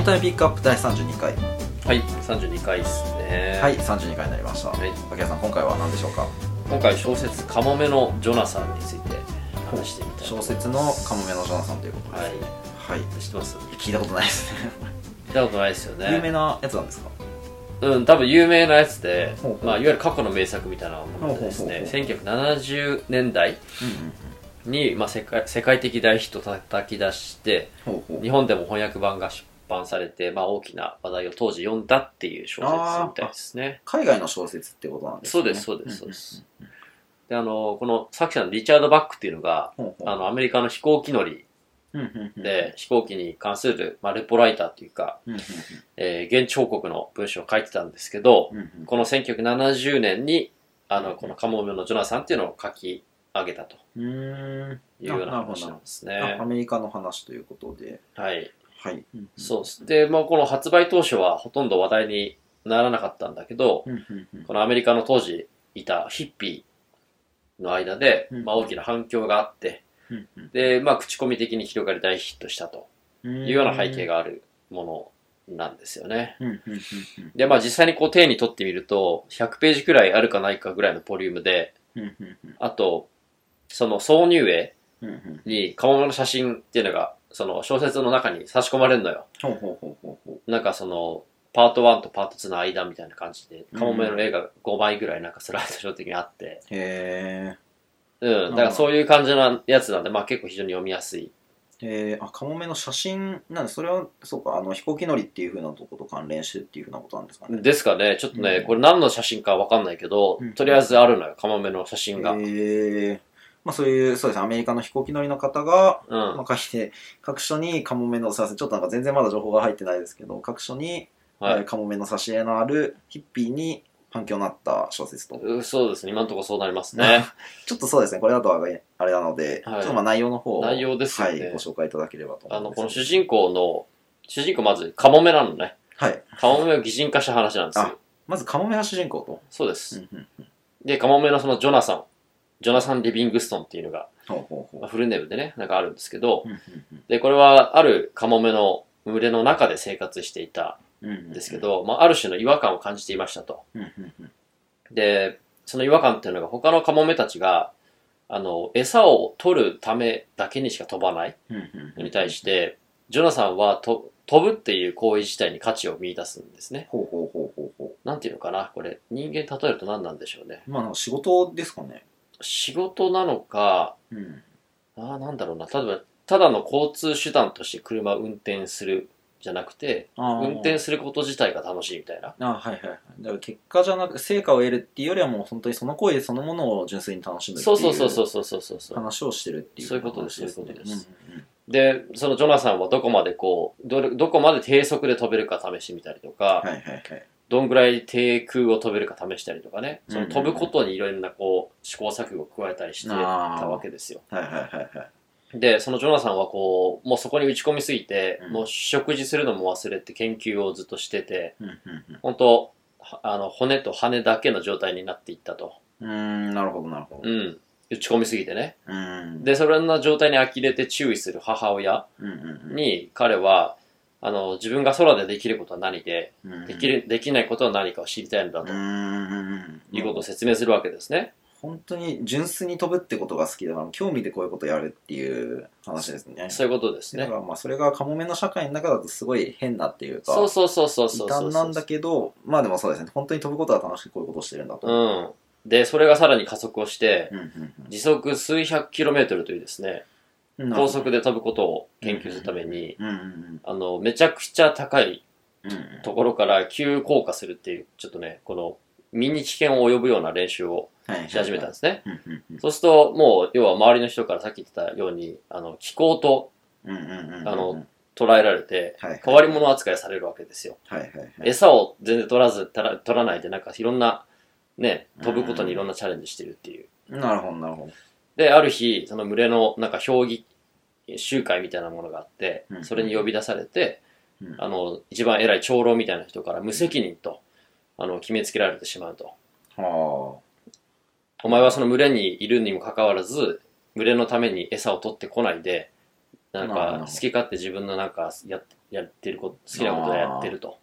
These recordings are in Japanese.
ンタイムピックアップ第32回はい、32回ですね。はい32回になりましたはい竹谷さん今回は何でしょうか今回小説「カモメのジョナサン」について話してみたいと小思います説の「カモメのジョナサン」ということですねはい、知ってます聞いたことないですね聞いたことないですよね有名なやつなんですかうん多分有名なやつでほうほうまあ、いわゆる過去の名作みたいなものでですほうねほう1970年代うんうんに、まあ、世界世界的大ヒットを叩き出してほうほう日本でも翻訳版が出版されて、まあ、大きな話題を当時読んだっていう小説みたいですね海外の小説ってことなんですそうねですそうですそうで、す、であのこの作者のリチャード・バックっていうのがうんうんほうほうあのアメリカの飛行機乗りうんうんうんで、飛行機に関する、まあ、レポライターというか、うんうんえー現地報告の文章を書いてたんですけど、うんうんこの1970年に、あの、このカモメのジョナサンっていうのを書き上げたとうーんいうようなあなるほど話なんですあねア。メリカの話ということではい。はいそうです。で、まあ、この発売当初はほとんど話題にならなかったんだけど、うんうんうんこのアメリカの当時いたヒッピーの間で、うんまあ、大きな反響があって、うんうんで、まあ、口コミ的に広がり大ヒットしたとうんいうような背景があるものなんですよね。うんうんうんで、まあ実際にこう手に取ってみると、100ページくらいあるかないかぐらいのボリュームで、うんうんうんあと、その挿入絵うんうんにカモメの写真っていうのが、その小説の中に差し込まれるのよ。ほうほうほうほうほうなんかその、パート1とパート2の間みたいな感じで、うんカモメの絵が5枚ぐらいなんかスライド上的にあって、へうん、だからそういう感じのやつなんで、まあ結構非常に読みやすい。ええー、あカモメの写真なんでそれはそうかあの飛行機乗りっていうふうなとこと関連してっていうふうなことなんですかねですかね、ちょっとね、うんこれ何の写真かわかんないけど、うんとりあえずあるのよ、カモメの写真へが。えーまあ、そういうそうですねアメリカの飛行機乗りの方が、うんま。あ、書いて各所にカモメのすいませんちょっとなんか全然まだ情報が入ってないですけど各所に、はえーい。カモメの挿絵のあるヒッピーに反響のあった小説とうんそうですね、今のところそうなりま すね。ちょっとそうですねこれだとあれあれなので、はいちょっとまあ内容の方を内容ですよねはい、ご紹介いただければと思あいまの、すこの主人公の、主人公まず、カモメなのね。はいカモメを擬人化した話なんですあよ。まずカモメが主人公と、そうです。うんうんで、カモメのそのジョナサン、ジョナサン・リビングストンっていうのが、ほうほうまほあフルネームでね、なんかあるんですけどう、うんうんうんで、これはあるカモメの群れの中で生活していたんでですけ、ど、まあ、ある種の違和感を感じていましたと。うんうんうんで、その違和感っていうのが他のカモメたちが、あの、餌を取るためだけにしか飛ばないうんうんうんのに対して、ジョナサンはと飛ぶっていう行為自体に価値を見出すんですね。ほうほうほうほうほなんていうのかな、これ、人間例えると何なんでしょうね。うまあなんか仕事ですかね仕事なのか、うんあーなんだろうな、例えば、ただの交通手段として車を運転するじゃなくて、あー運転すること自体が楽しいみたいな。あはいはいはいだから結果じゃなく成果を得るっていうよりはもう本当にその行為そのものを純粋に楽しむっていそううそうそうそうそうそうそうそう。話をしてるっていうそういうことです話ねそういうことですうんうんで、そのジョナサンはどこまでこう、どれどこまで低速で飛べるか試してみたりとか、うんはいはいはいどんぐらい低空を飛べるか試したりとかね、そうんのうんう飛んぶことにいろいろなこう、試行錯誤を加えたりしてたわけですよ。はいはいはいはいで、そのジョナサンはこう、もうそこに打ち込みすぎて、うんもう食事するのも忘れて研究をずっとしてて、うんうん本当はあの、骨と羽だけの状態になっていったと。うんうーんなるほどなるほどうん。打ち込みすぎてね。うんで、それな状態に呆れて注意する母親うんうんに、彼は、あの、自分が空でできることは何で、うんできる、できないことは何かを知りたいんだうと、んうんうんいうことを説明するわけですね。本当に純粋に飛ぶってことが好きだから興味でこういうことやるっていう話ですねそういうことですだねか。らまあそれがカモメの社会の中だとすごい変なっていうかそうそうそうそうそ異うそう端なんだけどまあでもそうですね本当に飛ぶことは楽しくこういうことをしてるんだと、うん。で、それがさらに加速をして、うんうん時速数百キロメートルというですね、うん高速で飛ぶことを研究するために、うんうんあの、めちゃくちゃ高いうんうんところから急降下するっていう、ちょっとね、この、身に危険を及ぶような練習をはいし始めたんですね。うんうんうんそうすると、もう、要は周りの人からさっき言ってたように、あの、気候とうんうんうんうんあの捉えられて、はい変わり者扱いされるわけですよ。はいはいはい餌を全然取らず、たら取らないで、なんかいろんな、ね、飛ぶことにいろんなチャレンジしてるっていう。なるほどなるほどで、ある日、その群れの、なんか、評議、集会みたいなものがあってう、んそれに呼び出されて、うんあの、一番偉い長老みたいな人から無責任と、あの、決めつけられてしまうと。はお前はその群れにいるにもかかわらず、群れのために餌を取ってこないで、なんなるほどか好き勝手自分のなんかややってること好きなことをやってると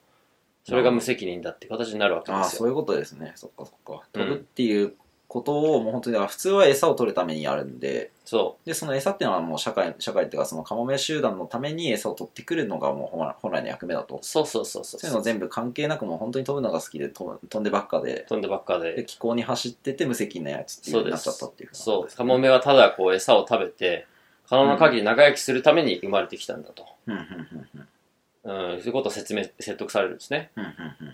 それが無責任だって形になるわけあであ、すそよういうことですね。そっかそっか。うん取るっていうことを、もう本当に、だから普通は餌を取るためにやるんで、そで、その餌っていうのはもう社会、社会っていうか、そのカモメ集団のために餌を取ってくるのがもうほら本来の役目だとう。そうそうそうそうそういうの全部関係なくもう本当に飛ぶのが好きで飛ぶ飛んでばっかで、飛んでばっかでで気候に走ってて無責任なやつっていう風そうにでなっちゃったすっていうそううカモメはただこう餌を食べて可能な限り長生きするために生まれてきたんだと、うんうんうんうんうん、そういうことを説明説得されるんですねうんうん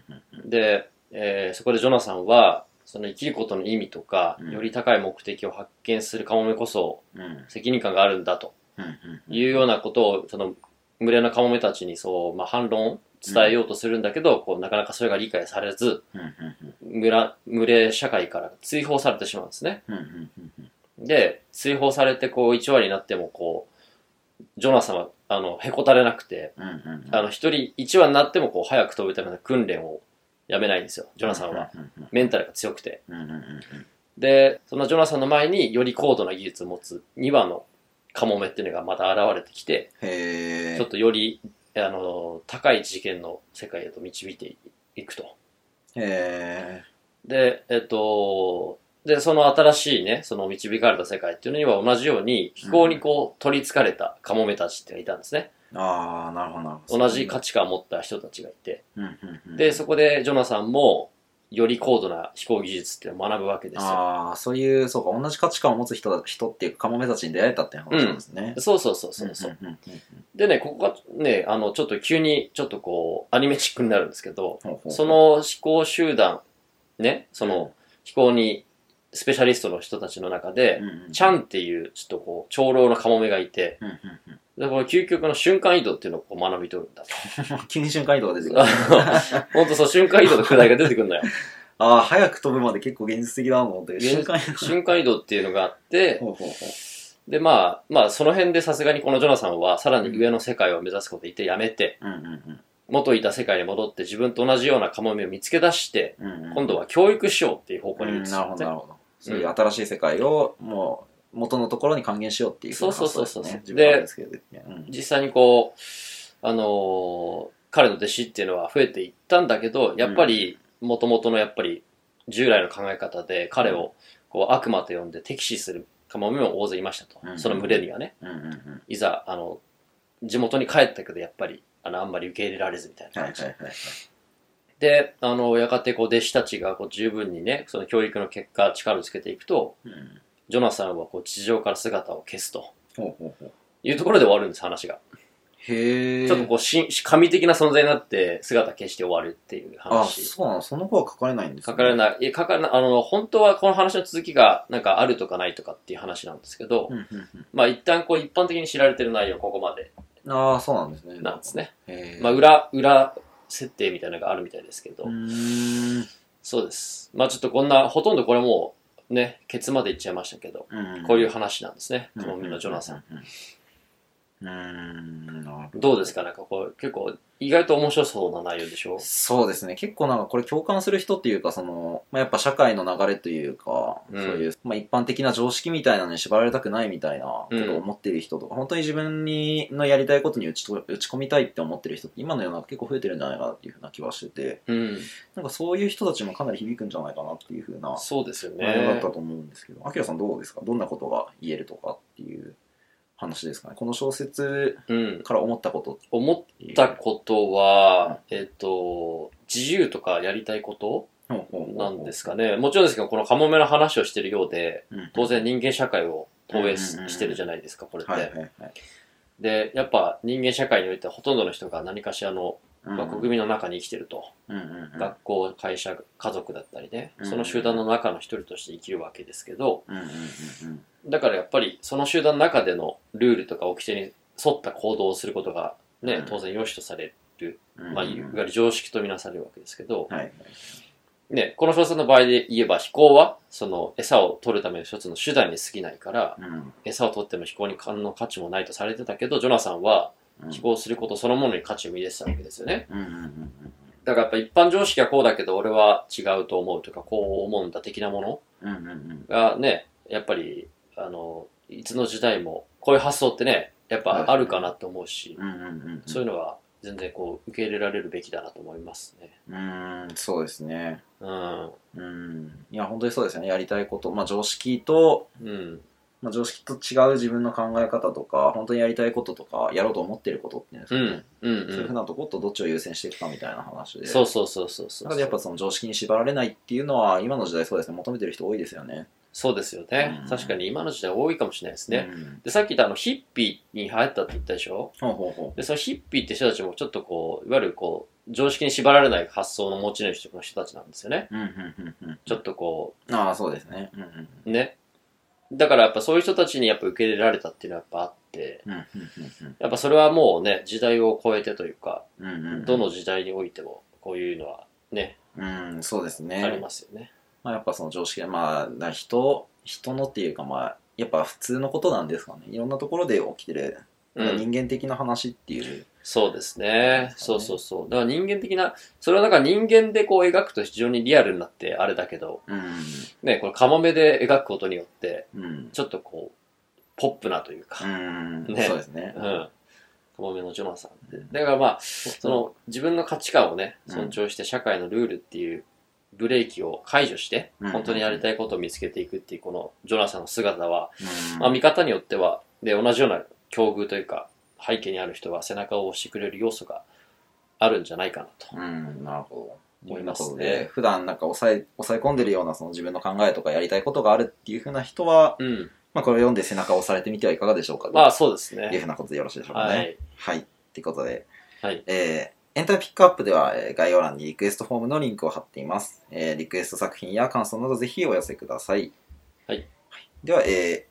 うんうんで、えーそこでジョナサンはその生きることの意味とか、うんより高い目的を発見するカモメこそうんうん責任感があるんだとうんうんいうようなことをその群れのカモメたちにそう、まあ、反論を伝えようとするんだけど、こうなかなかそれが理解されずうんうん村群れ社会から追放されてしまうんですねうんうんうんうんで追放されてこう1割になってもこうジョナサンはあのへこたれなくてうんうんうんあの1人1話になってもこう早く飛ぶための訓練をやめないんですよジョナサンは。うんメンタルが強くてうんうんうんうんでそのジョナサンの前により高度な技術を持つ2羽のカモメっていうのがまた現れてきて、へちょっとより、あの、高い次元の世界へと導いていくと。えへで、えっと、で、その新しいね、その導かれた世界っていうのには同じように、飛行にこう、取り憑かれたカモメたちっていうのがいたんですね。えああなるほどなるほど同じ価値観を持った人たちがいて。うんうんうんで、そこでジョナサンも、より高度な飛行技術っていうのを学ぶわけですよ。ああそういうそうか同じ価値観を持つ人だ人っていうかカモメたちに出会えたっていう話なんですね、そうそうそうそうそう。んうんうんでね、ここがね、あの、ちょっと急に、ちょっとこう、アニメチックになるんですけど、ほうほうほうその思考集団、ね、そうんの飛行にスペシャリストの人たちの中で、うんうんチャンっていうちょっとこう長老のカモメがいて、うんうんうんでこの究極の瞬間移動っていうのをこう学び取るんだ と。急に瞬間移動が出てくるあのほんとそう、瞬間移動の課題が出てくるのよ。ああ早く飛ぶまで結構現実的だなと思って現瞬間移動瞬間移動っていうのがあって、ほうほうほうで、まあ、まあ、その辺でさすがにこのジョナサンはさらに上の世界を目指すことを言ってやめて、うんうん元いた世界に戻って自分と同じようなカモメを見つけ出して、うんうんうん今度は教育しようっていう方向に移うるんんですなるほよねどなるほどそういう新しい世界をもう元のところに還元しようっていうそうそうそうそう話ですね自で分からですけどねうん実際にこう、あのー彼の弟子っていうのは増えていったんだけど、やっぱり、もともとのやっぱり、従来の考え方で彼をこう悪魔と呼んで敵視するカモメも大勢いましたと。うんその群れにはね。うんうんうんいざ、あの、地元に帰ったけど、やっぱり、あの、あんまり受け入れられずみたいなはいは感いじ。はいはいで、あの、やがてこう、弟子たちがこう十分にね、その教育の結果、力をつけていくと、うんジョナサンはこう、地上から姿を消すとほうほうほういうところで終わるんです、話が。へえちょっとこうし、神的な存在になって、姿消して終わるっていうあ話。そうなのその子は書かれないんです書かれないない、いや書かれない、あの、本当はこの話の続きが、なんかあるとかないとかっていう話なんですけど、うんうんうんまあ一旦こう一般的に知られてる内容、ここまでああ、そうなんですね。なんですね。へーまあ裏、裏設定みたいなのがあるみたいですけど、うーん。そうです。まあちょっとこんな、ほとんどこれもう、ね、ケツまでいっちゃいましたけど、こういう話なんですね、カモミのジョナサン。うん。うん。なるほどうですかなんかこう、結構、意外と面白そうな内容でしょそうですね。結構なんかこれ共感する人っていうか、その、まあ、やっぱ社会の流れというか、うんそういう、まあ、一般的な常識みたいなのに縛られたくないみたいなことを思ってる人とか、本当に自分にのやりたいことに打ちと打ち込みたいって思ってる人って今の世の中結構増えてるんじゃないかなっていうふうな気はしてて、うん。なんかそういう人たちもかなり響くんじゃないかなっていうふうなそうですよね。内容だったと思うんですけど、あきらさんどうですかどんなことが言えるとかっていう話ですかね。この小説うん。から思ったことって思っいう。たことは、えっ、と、自由とかやりたいことなんですかね。もちろんですけど、このカモメの話をしてるようで、うん。当然人間社会を投う影んうんうんししてるじゃないですか、これって。はいはいはい。で、やっぱ人間社会においてほとんどの人が何かしらの、うんまあ、国民の中に生きてると。うんうんうん学校、会社、家族だったりね、うんその集団の中の一人として生きるわけですけど、うんうんうんうんだからやっぱりその集団の中でのルールとか掟に沿った行動をすることがうねん、当然良しとされるうんうんまあ、いわゆる常識とみなされるわけですけど、はいはいね、この小説の場合で言えば飛行はその餌を取るための一つの手段に過ぎないからうん餌を取っても飛行に何の価値もないとされてたけどジョナサンはうん飛行することそのものに価値を見出したわけですよねうんうんうんだからやっぱ一般常識はこうだけど俺は違うと思うとかこう思うんだ的なものうんうんうんがねやっぱりあのいつの時代もこういう発想ってねやっぱあるかなと思うし、うんうんうんうん。そういうのは全然こう受け入れられるべきだなと思いますね。うーん、そうですね。うん。うん。いや、本当にそうですよね。やりたいこと、まあ常識と、うん。まあ、常識と違う自分の考え方とか、本当にやりたいこととか、やろうと思ってることっていうんですうかね。ん。うん。そういうふう。うんなとことどっちを優先していくかみたいな話で。そうそうそうそうそだうからやっぱその常識に縛られないっていうのは、今の時代そうですね、求めてる人多いですよね。そうですよね、うん確かに今の時代多いかもしれないですね。うんで、さっき言ったあの、ヒッピーに流行ったって言ったでしょほうほうほで、そのヒッピーって人たちもちょっとこう、いわゆるこう、常識に縛られない発想の持ち主の人たちなんですよね。う。うんうんうんうん。ちょっとこああ、そうですね。うんうんう、ね。だからやっぱそういう人たちにやっぱ受け入れられたっていうのはやっぱあって、うん。うんうんやっぱそれはもうね、時代を超えてというか、うんうんうんうん。どの時代においても、こういうのはね、うん、そうですね。ありますよね。まあ、やっぱその常識まあな人人のっていうかまあやっぱ普通のことなんですかねいろんなところで起きてる、うん人間的な話っていうそうでですすねかね。そうそうそう。だから人間的な、それはなんか人間でこう描くと非常にリアルになってあれだけど、うんね、これカモメで描くことによって、うん、ちょっとこう、ポップなというか、うんねそうですねうん。カモメのジョナサンって。だからまあ、その自分の価値観をね、尊重して社会のルールっていうブレーキを解除して、うん本当にやりたいことを見つけていくっていうこのジョナサンの姿は、うんまあ見方によっては、で、同じような境遇というか、背景にある人は背中を押してくれる要素があるんじゃないかなと。うんなるほど思いまとすねうことで普段なんか抑え抑え込んでるようなその自分の考えとかやりたいことがあるっていうふうな人は、うん。まあ、これを読んで背中を押されてみてはいかがでしょうかまあそうですというふね。うなことでよろしいでしょうかねはい。はい。ってことで、はいえーエンタメピックアップでは、えー概要欄にリクエストフォームのリンクを貼っています。えーリクエスト作品や感想などぜひお寄せください。はいでは、えー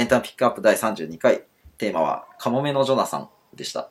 エンタメピックアップ第32回、テーマは、カモメのジョナサンでした。